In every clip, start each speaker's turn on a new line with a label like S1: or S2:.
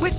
S1: With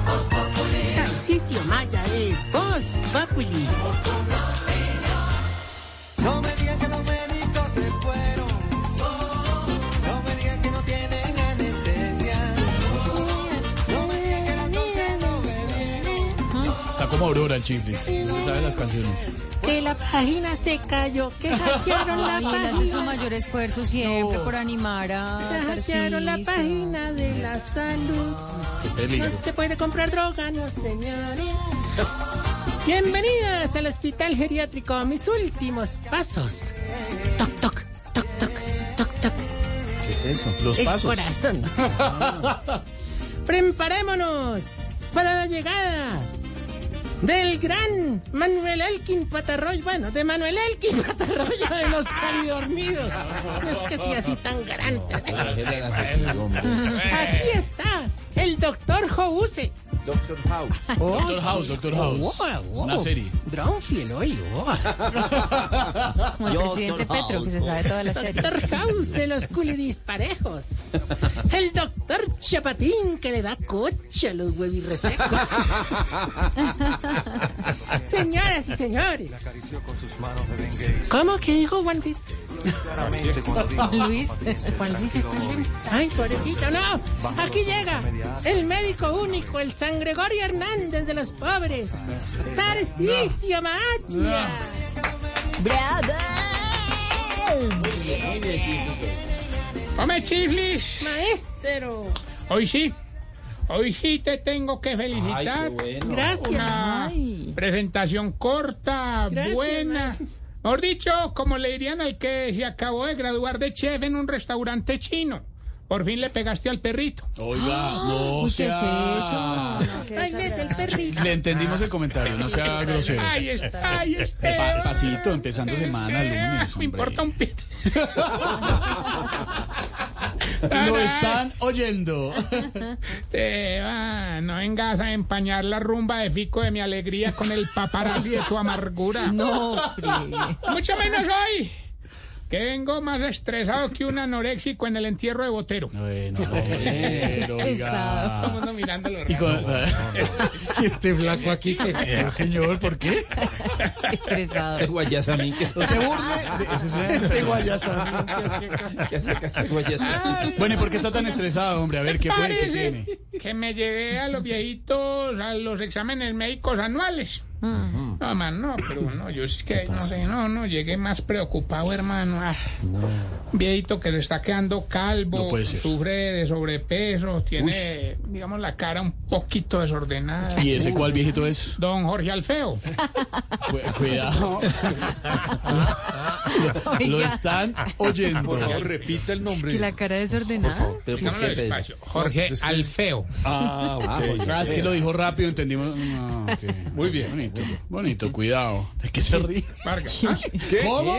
S2: Tarcisio Maya es Voz Populi.
S3: No me digan que los médicos se fueron. No me digan que no tienen anestesia. No me digan que las doce no bebieron.
S4: Está como Aurora el Chiflis. No se sabe las canciones.
S2: Que la página se cayó, que hackearon la
S5: Él hace su
S2: página.
S5: mayor esfuerzo siempre por animar
S2: que
S5: a
S2: hackearon la
S5: Tarcisio.
S2: página de la salud.
S4: Qué peligro.
S2: No se puede comprar droga, no señores. Bienvenidas al hospital geriátrico. Mis últimos pasos. Toc, toc, toc, toc, toc, toc.
S4: ¿Qué es eso? Los
S2: El
S4: pasos.
S2: corazón. Preparémonos para la llegada del gran Manuel Elkin Patarroyo. Bueno, de Manuel Elkin Patarroyo de los Calidormidos. No es que sea así tan grande. Aquí está el doctor Oh, House.
S4: Doctor House, Doctor
S2: oh,
S4: House. Una serie.
S2: Brownfield, oye. oh.
S5: Como el presidente Petro, que se sabe toda la serie.
S2: Doctor House de los culidisparejos. El doctor Chapatín que le da coche a los huevirresecos. Señoras y señores. ¿Cómo que dijo Juan Luis?
S5: Luis,
S2: Juan Luis está bien. Ay, pobrecito, no. Aquí llega el médico único, el San Gregorio Hernández de los pobres. Tarcisio Maachia.
S6: Hombre, Chiflis,
S2: Maestro.
S6: hoy sí, hoy sí te tengo que felicitar.
S2: Gracias.
S6: Una presentación corta,
S2: Gracias,
S6: buena.
S2: maestro.
S6: Mejor dicho, como le dirían al que se acabó de graduar de chef en un restaurante chino. Por fin le pegaste al perrito.
S4: Oiga, no
S5: ¿qué es
S4: sea.
S5: eso? No, qué
S2: Ay, ves el perrito.
S4: Le entendimos el comentario, no sea grosero.
S6: Ahí está, ahí
S4: Pa-
S6: está. Eh,
S4: pasito, empezando semana, lunes.
S6: Me
S4: hombre.
S6: importa un pito.
S4: Lo están oyendo.
S6: Te va, no vengas a empañar la rumba de Fico de mi alegría con el paparazzi de tu amargura.
S5: No, friegue.
S6: Mucho menos hoy. Que vengo más estresado que un anoréxico en el entierro de Botero.
S4: Bueno, pero,
S6: Todo el
S4: oiga.
S6: mundo mirándolo
S4: Y,
S6: raro.
S4: con- y este flaco aquí que no, señor, ¿por qué?
S5: estresado.
S7: Este
S4: No se burle de eso sea.
S2: Este guayazón. ¿qué hace acá? este
S4: Bueno, ¿y por qué está tan estresado, hombre? A ver, ¿qué fue? ¿Qué tiene?
S6: Que me llevé a los viejitos a los exámenes médicos anuales. No, man, no, pero no, yo sí que, no sé, no, no, llegué más preocupado, hermano. Ah, Un viejito que le está quedando
S4: No
S6: calvo,
S4: puede ser.
S6: sufre de sobrepeso, tiene, digamos, la cara un poquito desordenada.
S4: ¿Y ese cuál viejito es?
S6: Don Jorge Alfeo.
S4: Cu- Cuidado. Lo- Lo están oyendo.
S7: repita el
S5: Es que la cara desordenada.
S7: pues,
S6: Digámoslo despacio. Jorge
S4: pues
S6: Alfeo.
S7: Ah, ok.
S4: Ah, es que lo dijo rápido, entendimos. No, ok.
S7: Muy bien.
S4: Bonito, bonito, cuidado. ¿De qué se ríe?
S6: Vargas. ¿Ah?
S4: ¿Cómo?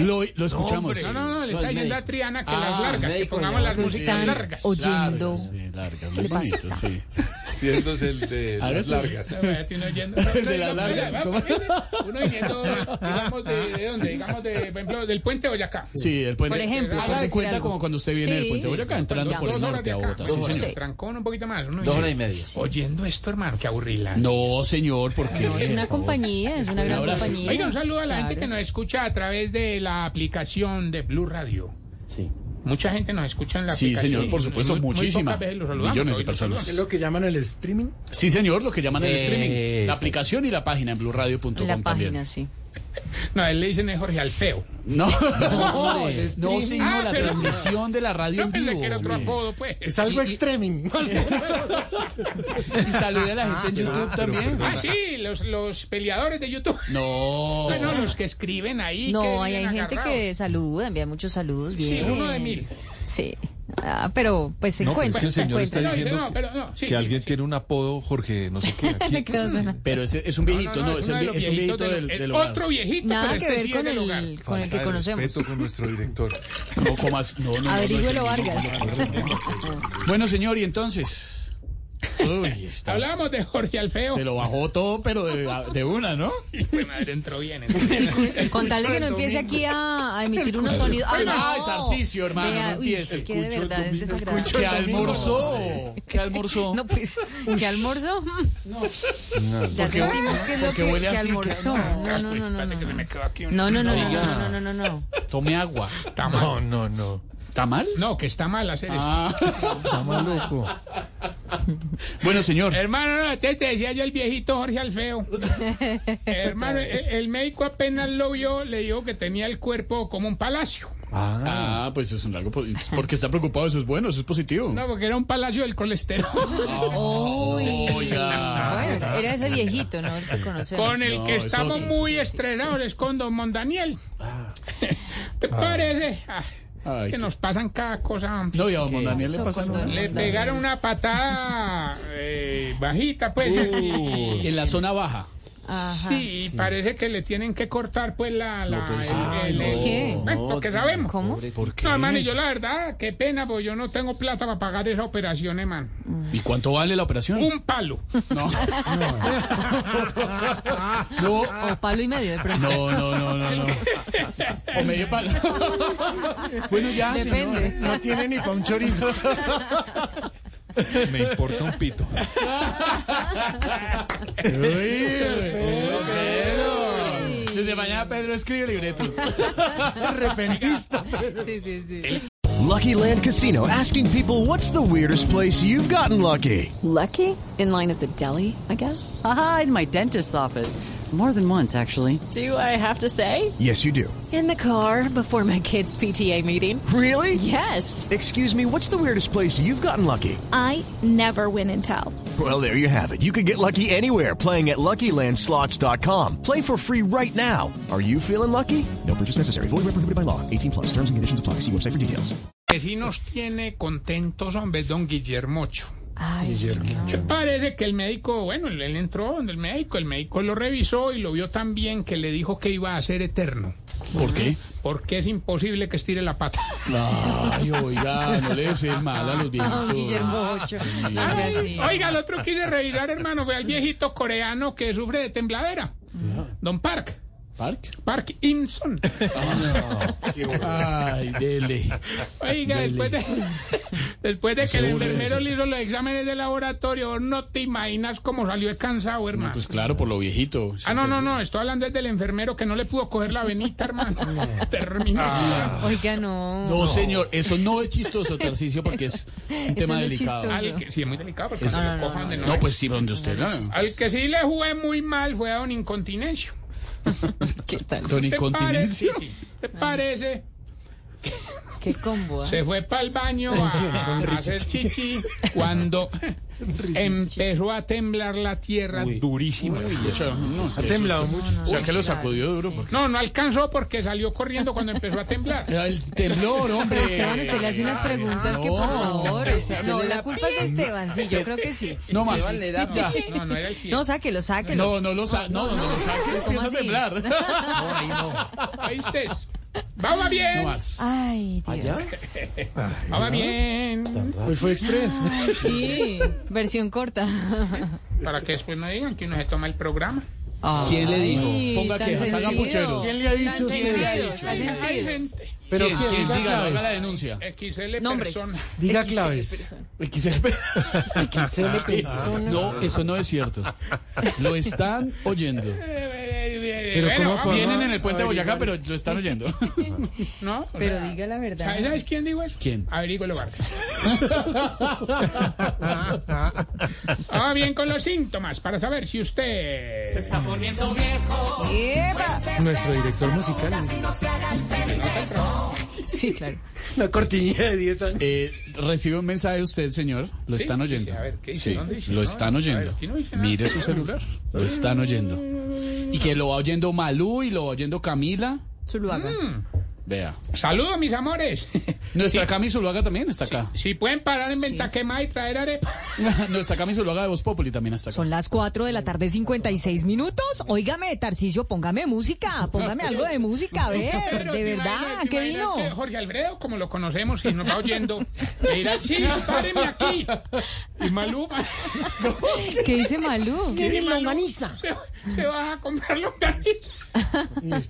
S4: Lo, lo escuchamos.
S6: No, no, no, le está diciendo a Triana que las
S4: Ah,
S6: largas, que
S7: médico,
S6: pongamos
S7: ya.
S6: las
S5: Lo
S6: músicas
S5: están
S6: largas.
S5: oyendo.
S4: Sí, largas,
S5: ¿Qué
S4: muy
S5: le
S4: bonito,
S5: pasa?
S4: sí.
S7: Haciéndose el de las
S4: Hágase.
S7: largas.
S4: El de las largas. ¿cómo?
S6: Uno viniendo, digamos, de, de dónde, digamos, de, por ejemplo, del puente de Boyacá.
S4: Sí, el puente.
S5: Por ejemplo, por
S4: Haga de
S5: decir
S4: cuenta
S5: algo.
S4: como cuando usted viene
S5: Sí.
S4: del puente de Boyacá, entrando
S5: Ya.
S4: por el
S6: Dos horas
S4: norte
S6: de
S4: a
S6: acá.
S4: Bogotá. Sí,
S6: Dos
S4: señor.
S6: horas. Trancón un poquito más.
S7: Dos horas y media.
S6: Oyendo esto, hermano, que aburrila.
S4: No, señor, ¿por qué?
S5: Es una compañía, es una gran
S4: Ahora sí.
S5: compañía.
S6: Oiga, un saludo a la gente que
S5: Claro.
S6: nos escucha a través de la aplicación de Blue Radio.
S7: Sí.
S6: Mucha gente nos escucha en la
S4: Sí,
S6: aplicación.
S4: señor, por supuesto,
S6: Muy- muy
S4: muchísima.
S6: pocas veces los saludamos,
S4: Millones de
S6: hoy los
S4: personas.
S6: saludamos.
S7: que llaman el streaming?
S4: Sí, señor, lo que llaman el
S7: Eh,
S4: streaming. La
S7: sí.
S4: aplicación y la página en blurradio.com
S5: La página,
S4: también.
S5: sí.
S6: No, a él le dicen es Jorge Alfeo.
S4: No, no, no,
S6: Ah,
S4: señor, la
S6: pero-
S4: transmisión de la radio
S6: Yo
S4: en
S6: pensé
S4: vivo.
S6: que era pues, otro
S4: hombre.
S6: apodo, pues.
S2: algo
S4: Y- y-
S2: extreming.
S4: Y salude a la gente en YouTube también.
S6: Ah, sí, los, los peleadores de YouTube.
S4: No.
S6: Bueno, los que escriben ahí. que
S5: No, ahí hay
S6: vienen
S5: gente
S6: agarrados.
S5: que saluda, envía muchos saludos.
S6: Sí,
S5: Bien.
S6: uno de mil.
S5: Sí. Ah, pero pues se
S7: No, pero es
S5: encuentra.
S7: que el
S5: se
S7: señor está
S5: encuentra.
S6: No, dice,
S7: diciendo
S6: no,
S7: que,
S6: pero no, sí,
S7: que alguien
S6: sí.
S7: tiene un apodo Jorge, no sé qué. aquí.
S5: Le quedó sonando.
S4: Pero es, es un viejito, no, es,
S6: uno
S4: el
S6: de
S4: vie-
S6: los
S4: es un
S6: viejitos
S4: viejito del,
S6: el
S4: del hogar.
S6: Otro viejito,
S5: Nada
S6: pero
S5: que
S6: este
S5: ver
S6: sí
S5: con
S6: en el hogar.
S5: el, con el
S7: Falta
S5: que
S7: de
S5: conocemos.
S7: respeto con nuestro director.
S4: No comas, no, no, no, no,
S5: Averígüelo,
S4: no, no,
S5: Vargas.
S4: Bueno, señor, y entonces. Uy, está.
S6: Hablábamos de Jorge Alfeo.
S4: Se lo bajó todo, pero de, de una, ¿no?
S6: Mi madre entró bien.
S5: Con tal de que no empiece aquí a, a emitir unos sonidos. ¡Ay, Ah, no!
S4: Ay, Tarcisio, hermano,
S5: Vea,
S4: no
S5: uy,
S4: empieces.
S5: que de verdad es desagradable.
S4: Que almorzó. Que almorzó.
S5: No, pues, que almorzó. ya sentimos que es lo
S4: porque
S5: que,
S4: huele
S5: que
S4: así, que-
S5: almorzó. No, no, no, no, no.
S6: Espérate que se me quedó aquí un...
S5: No, no, no, no, no, no, no, no, no.
S4: Tome agua.
S6: Está mal.
S7: No, no, no.
S4: ¿Tamal?
S6: No, que está mal hacer eso.
S4: Ah,
S7: Estamos loco.
S4: bueno, señor.
S6: Hermano, no, te, te decía yo el viejito Jorge Alfeo. Hermano, el, el médico apenas lo vio, le dijo que tenía el cuerpo como un palacio.
S4: Ah, pues es un largo. po- Porque está preocupado, eso es bueno, eso es positivo.
S6: No, porque era un palacio del colesterol.
S5: Uy.
S4: Oiga.
S5: Bueno, era ese viejito, ¿no? El que conocemos.
S6: Con el
S4: No,
S6: que
S4: es
S6: estamos
S4: otro.
S6: muy estrenados es con Don Mondaniel. ¿Te parece? Ah,
S4: Ay,
S6: que
S4: qué-
S6: nos pasan cada cosa. hombre.
S4: No, y a don Daniel le
S5: pasó
S4: pasa
S5: con
S4: nada.
S5: Don
S6: Le
S5: Daniel?
S6: pegaron una patada eh, bajita, pues.
S4: Uh. En la zona baja.
S5: Ajá.
S6: Sí, y parece que le tienen que cortar, pues, la... la el- el-
S5: no, ¿Qué?
S6: Bueno, porque sabemos.
S5: ¿Cómo?
S4: ¿Por qué?
S6: No, hermano, y yo la verdad, qué pena, porque yo no tengo plata para pagar esa operación, hermano.
S4: ¿Y cuánto vale la operación?
S6: Un palo.
S4: No.
S6: Ah.
S4: No.
S5: O palo y medio de pronto.
S4: No, no, no, no, no. O medio palo. Bueno, ya,
S5: Depende.
S4: señor. No tiene ni con chorizo.
S7: Me importa un pito.
S4: Desde mañana Pedro escribe libretos.
S7: Repentista.
S5: Sí, sí, sí.
S8: Lucky Land Casino asking people what's the weirdest place you've gotten lucky?
S1: Lucky? In line at the deli, I guess?
S9: Aha, in my dentist's office. More than once, actually.
S1: Do I have to say?
S8: Yes, you do.
S1: In the car before my kids' PTA meeting.
S8: Really?
S1: Yes.
S8: Excuse me, what's the weirdest place you've gotten lucky?
S10: I never win and tell.
S8: Well, there you have it. You can get lucky anywhere playing at LuckyLandSlots.com. Play for free right now. Are you feeling lucky? No purchase necessary. Void where prohibited by law. 18 plus. Terms and conditions apply. See website for details.
S6: Que sí nos tiene contentos, hombre, don Guillermocho.
S5: Ay,
S6: Me Parece que el médico, bueno, él él entró donde el médico, el médico lo revisó y lo vio tan bien que le dijo que iba a ser eterno.
S4: ¿Por qué?
S6: Porque es imposible que estire la pata.
S4: Ay, oiga, no le desees mal a los
S5: don Guillermo
S4: viejitos.
S5: Ocho.
S4: Ay,
S5: No sea así.
S6: Oiga, el otro quiere revisar, hermano, ve al viejito coreano que sufre de tembladera. Don Park,
S4: ¿Park?
S6: Park Inson.
S4: Ah, Ay, dele.
S6: Oiga,
S4: Dele.
S6: después de, después de que el
S4: Seguro
S6: enfermero
S4: eso.
S6: le hizo los exámenes de laboratorio, no te imaginas cómo salió de cansado, hermano.
S4: Pues claro, por lo viejito.
S6: Ah, no, no, no, estoy hablando es del enfermero que no le pudo coger la venita, hermano. Terminó.
S4: Ah.
S5: Oiga, no.
S4: No, señor, eso no es chistoso, Tarcicio, porque es un tema
S5: no es
S4: delicado.
S5: chistoso.
S6: Al que, sí, es muy delicado porque se lo cojan de
S4: No, pues sí, donde usted. ¿no?
S6: Al que sí le jugué muy mal fue a Don Incontinencio.
S5: ¿Qué tal?
S4: Don Incontinencia.
S6: ¿Te parece? Sí, ¿Te parece?
S5: Qué combo. ah.
S6: Se fue para el baño a, a hacer chichi cuando empezó a temblar la tierra durísimo.
S4: Ha temblado mucho. pues, O sea, que lo sacudió duro. porque-
S6: No, no alcanzó porque salió corriendo cuando empezó a temblar.
S4: El temblor, hombre.
S5: Esteban, usted le hace unas preguntas que por favor. o sea, no, la culpa es de Esteban, sí, yo creo que sí.
S4: No más. Ya.
S6: No, no era el pie.
S5: No, sáquelo, sáquelo.
S4: No, no lo sa no, no, no, lo saques,
S5: ¿Cómo
S4: empieza a
S5: así?
S4: temblar. No, ahí no.
S6: ¿Oíste? Vamos bien.
S4: No más.
S5: Ay, Dios.
S6: Vamos bien.
S7: Hoy fue express.
S5: Sí, versión corta.
S6: Para que después no digan que no se toma el programa.
S4: ¿Quién le dijo?
S5: Ay,
S4: Ponga
S5: tan
S4: quejas, haga
S5: sentido.
S4: pucheros.
S5: ¿Quién
S7: le ha
S5: Tan
S7: dicho?
S5: sentido,
S7: ¿Quién le ha
S5: tan
S6: Hay
S5: sentido.
S6: gente.
S7: Pero
S4: ¿Quién?
S7: que
S4: ¿Quién?
S7: diga
S4: Diga, haga la
S7: claves.
S4: denuncia.
S6: XL
S5: Nombres.
S6: persona.
S7: Diga claves. XL persona.
S4: No, eso no es cierto. Lo están oyendo.
S6: Pero
S7: ¿cómo podemos?
S4: Vienen en el puente de Boyacá, pero lo están oyendo.
S6: ¿no? O
S5: Pero
S6: sea,
S5: diga la verdad.
S6: ¿sabes, sabes quién digo eso?
S4: ¿Quién?
S6: Averígüelo, Vargas. Ah, bien con los síntomas para saber si usted. Se está
S5: ¡Epa!
S7: Nuestro director musical.
S5: Sí, claro.
S7: Una cortinilla de 10 años.
S4: Eh, recibe un mensaje usted, señor. Lo están oyendo.
S6: a ver, ¿qué dice?
S4: Sí,
S6: ¿Dónde dice?
S4: lo
S6: No,
S4: están
S6: a ver,
S4: oyendo.
S6: aquí no dice nada.
S4: Mire su celular. Lo están oyendo. Y que lo va oyendo Malú y lo va oyendo Camila.
S6: Mm.
S5: Zuluaga.
S4: Vea.
S6: Saludos, mis amores.
S4: Nuestra Camisuluaga también está acá.
S6: Si pueden parar en Ventaquema y traer arepa.
S4: Nuestra Camisuluaga de Voz Populi también está acá.
S11: Son las 4 de la tarde, 56 minutos. Óigame, Tarcisio, póngame música, póngame algo de música, a ver,
S6: Pero
S11: de
S6: te
S11: verdad,
S6: imaginas,
S11: ¿a
S6: te
S11: ¿qué
S6: imaginas
S11: vino?
S6: que Jorge Alfredo, como lo conocemos y nos va oyendo, le dirá, sí, párenme aquí. Y Maluma.
S11: ¿Qué dice Malú?
S6: Tiene
S11: Malú?
S6: longaniza. Se va a comprar longaniza. No,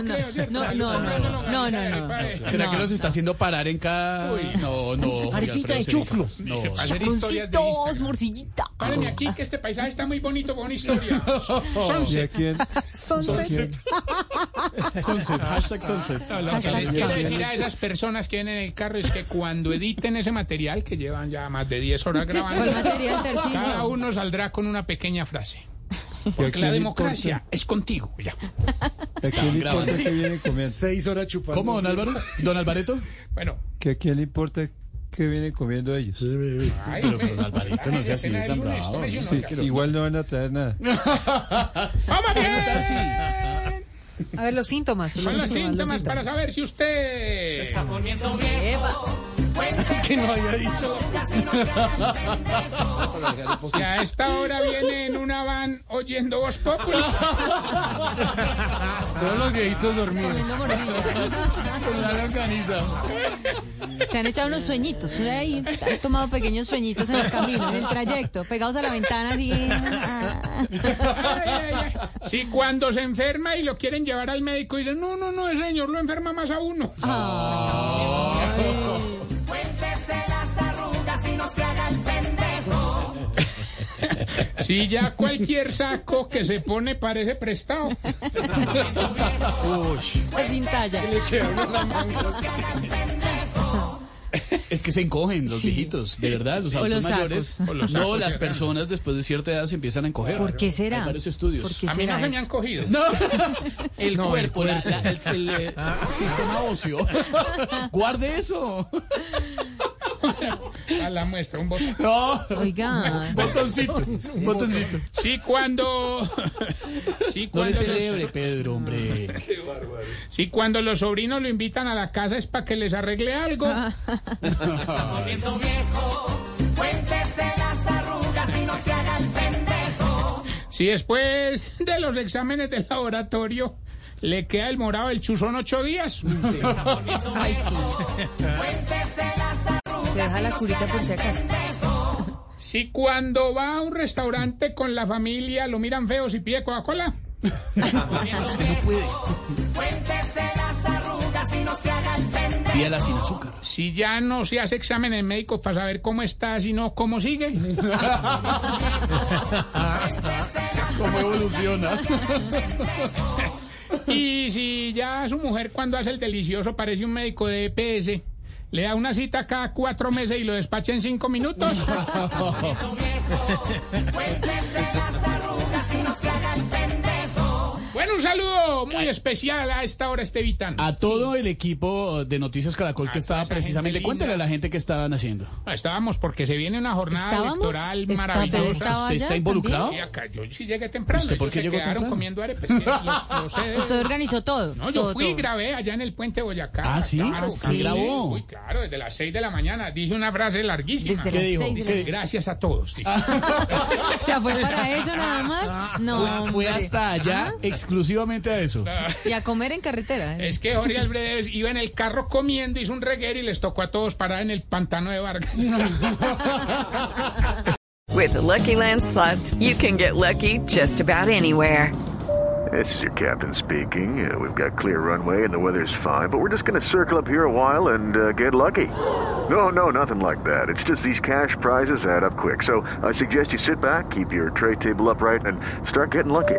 S6: creo, ¿cierto?
S11: No,
S6: Maluma
S11: no,
S6: comprando
S11: no,
S6: longaniza
S11: no,
S6: de
S11: no,
S6: arepa, eh.
S4: ¿Será que los está haciendo parar en cada.? No, no. Jorge
S6: Arepita de
S4: Alfredo,
S6: choclo.
S4: sería-
S6: Dice,
S4: No,
S6: para hacer historias de
S11: Morcitos, morcillita.
S6: Párenme aquí, que este paisaje está muy bonito con una historia.
S4: ¿Y a
S6: Sunset.
S4: quién?
S11: Sunset.
S4: Sunset, hashtag Sunset.
S6: Lo que les quiero decir a esas personas que vienen en el carro es que cuando editen ese material, que llevan ya más de 10 horas grabando,
S11: ¿Cuál material, Tarcisio?
S6: cada uno saldrá con una pequeña frase. Porque
S7: quién
S6: la
S7: le
S6: democracia es contigo. Ya.
S4: Estaban grabando.
S7: Seis horas chupando.
S4: ¿Cómo, don Álvaro? ¿Don Alvareto?
S6: Bueno,
S12: ¿Que a quién le importa qué vienen comiendo ellos?
S6: ay,
S4: Pero, pero
S6: hombre,
S4: Alvarito no sea así de tan bravo.
S6: tómese uno,
S12: Sí,
S6: oiga.
S12: igual no van a traer nada.
S6: ¡Vamos bien!
S5: A ver, los síntomas.
S6: Son los síntomas para saber si usted...
S4: Es que no había dicho.
S6: que a esta hora viene en una van oyendo Voz Populi.
S7: Todos los viejitos dormidos.
S11: Comiendo morcillas.
S4: Con la longaniza.
S11: Se han echado unos sueñitos, ¿eh? ahí, han tomado pequeños sueñitos en el camino, en el trayecto, pegados a la ventana así. ah.
S6: Si cuando se enferma y lo quieren llevar al médico y dicen, no, no, no, el señor lo enferma más a uno. Si ya cualquier saco que se pone parece prestado.
S11: pues Sin talla.
S4: Es que se encogen los viejitos, de verdad, los
S11: O
S4: adultos
S11: los sacos.
S4: mayores.
S11: O los
S4: No,
S11: sacos,
S4: las
S11: ¿verdad?
S4: personas después de cierta edad se empiezan a encoger.
S11: ¿Por qué será?
S4: Hay varios
S11: ¿Por
S4: estudios.
S11: qué
S6: A mí no
S11: será
S6: se me han
S11: eso?
S6: cogido.
S4: No, el cuerpo, la- la- el, el, eh, sistema óseo. Guarde eso.
S6: A la muestra, un botón.
S4: No,
S11: Oiga,
S4: botoncito, un botoncito.
S6: Si cuando... Si
S4: No le
S6: cuando, los,
S4: celebre, Pedro, hombre.
S6: si cuando los sobrinos lo invitan a la casa es para que les arregle algo. Si después de los exámenes del laboratorio le queda el morado el chuzón ocho días.
S5: Ay, sí. Se deja la curita por si acaso.
S6: Si cuando va a un restaurante con la familia lo miran feo si pide Coca-Cola.
S4: Pídala sin azúcar.
S6: Si ya no se hace exámenes médicos para saber cómo está, sino cómo sigue.
S4: ¿Cómo evoluciona?
S6: Y si ya su mujer cuando hace el delicioso parece un médico de EPS, le da una cita cada cuatro meses y lo despacha en cinco minutos. Bueno, un saludo muy especial a esta hora, Estevitán.
S4: A todo el equipo de Noticias Caracol que estaba
S6: toda esa gente
S4: precisamente.
S6: linda.
S4: Cuéntale a la gente pues, qué estaban haciendo.
S6: Ah, Estábamos porque se viene una jornada
S11: ¿Estábamos?
S6: electoral
S11: Estaba-
S6: maravillosa.
S11: estaba
S4: ¿Usted
S11: allá
S4: está involucrado?
S6: Sí, acá, yo sí llegué temprano.
S4: ¿Usted por
S6: ellos
S4: qué
S6: se
S4: llegó
S6: quedaron
S4: temprano?
S6: comiendo arepas. que lo- lo sé de-
S11: usted organizó todo.
S6: No, yo
S11: todo,
S6: fui y
S11: todo.
S6: grabé allá en el puente Boyacá.
S4: Ah, ¿sí?
S6: Claro,
S4: Ah, ¿sí? grabó?
S6: Uy, claro, desde las 6 de la mañana. Dije una frase larguísima.
S11: Desde las
S4: dijo?
S11: seis
S6: Dice,
S11: de la
S6: gracias a todos.
S4: Ah.
S6: dije.
S11: O sea, fue para eso nada más. No,
S4: Fue- Fue
S11: hombre.
S4: hasta allá exclusivamente a eso.
S11: Y a comer en carretera. ¿eh?
S6: Es que Jorge Alfredo iba en el carro comiendo, hizo un reguero y les tocó a todos parar en el pantano de Vargas.
S1: With the Lucky Land slots, you can get lucky just about anywhere.
S13: This is your captain speaking. Uh, we've got clear runway and the weather's fine, but we're just going to circle up here a while and uh, get lucky. No, no, nothing like that. It's just these cash prizes add up quick. So I suggest you sit back, keep your tray table upright, and start getting lucky.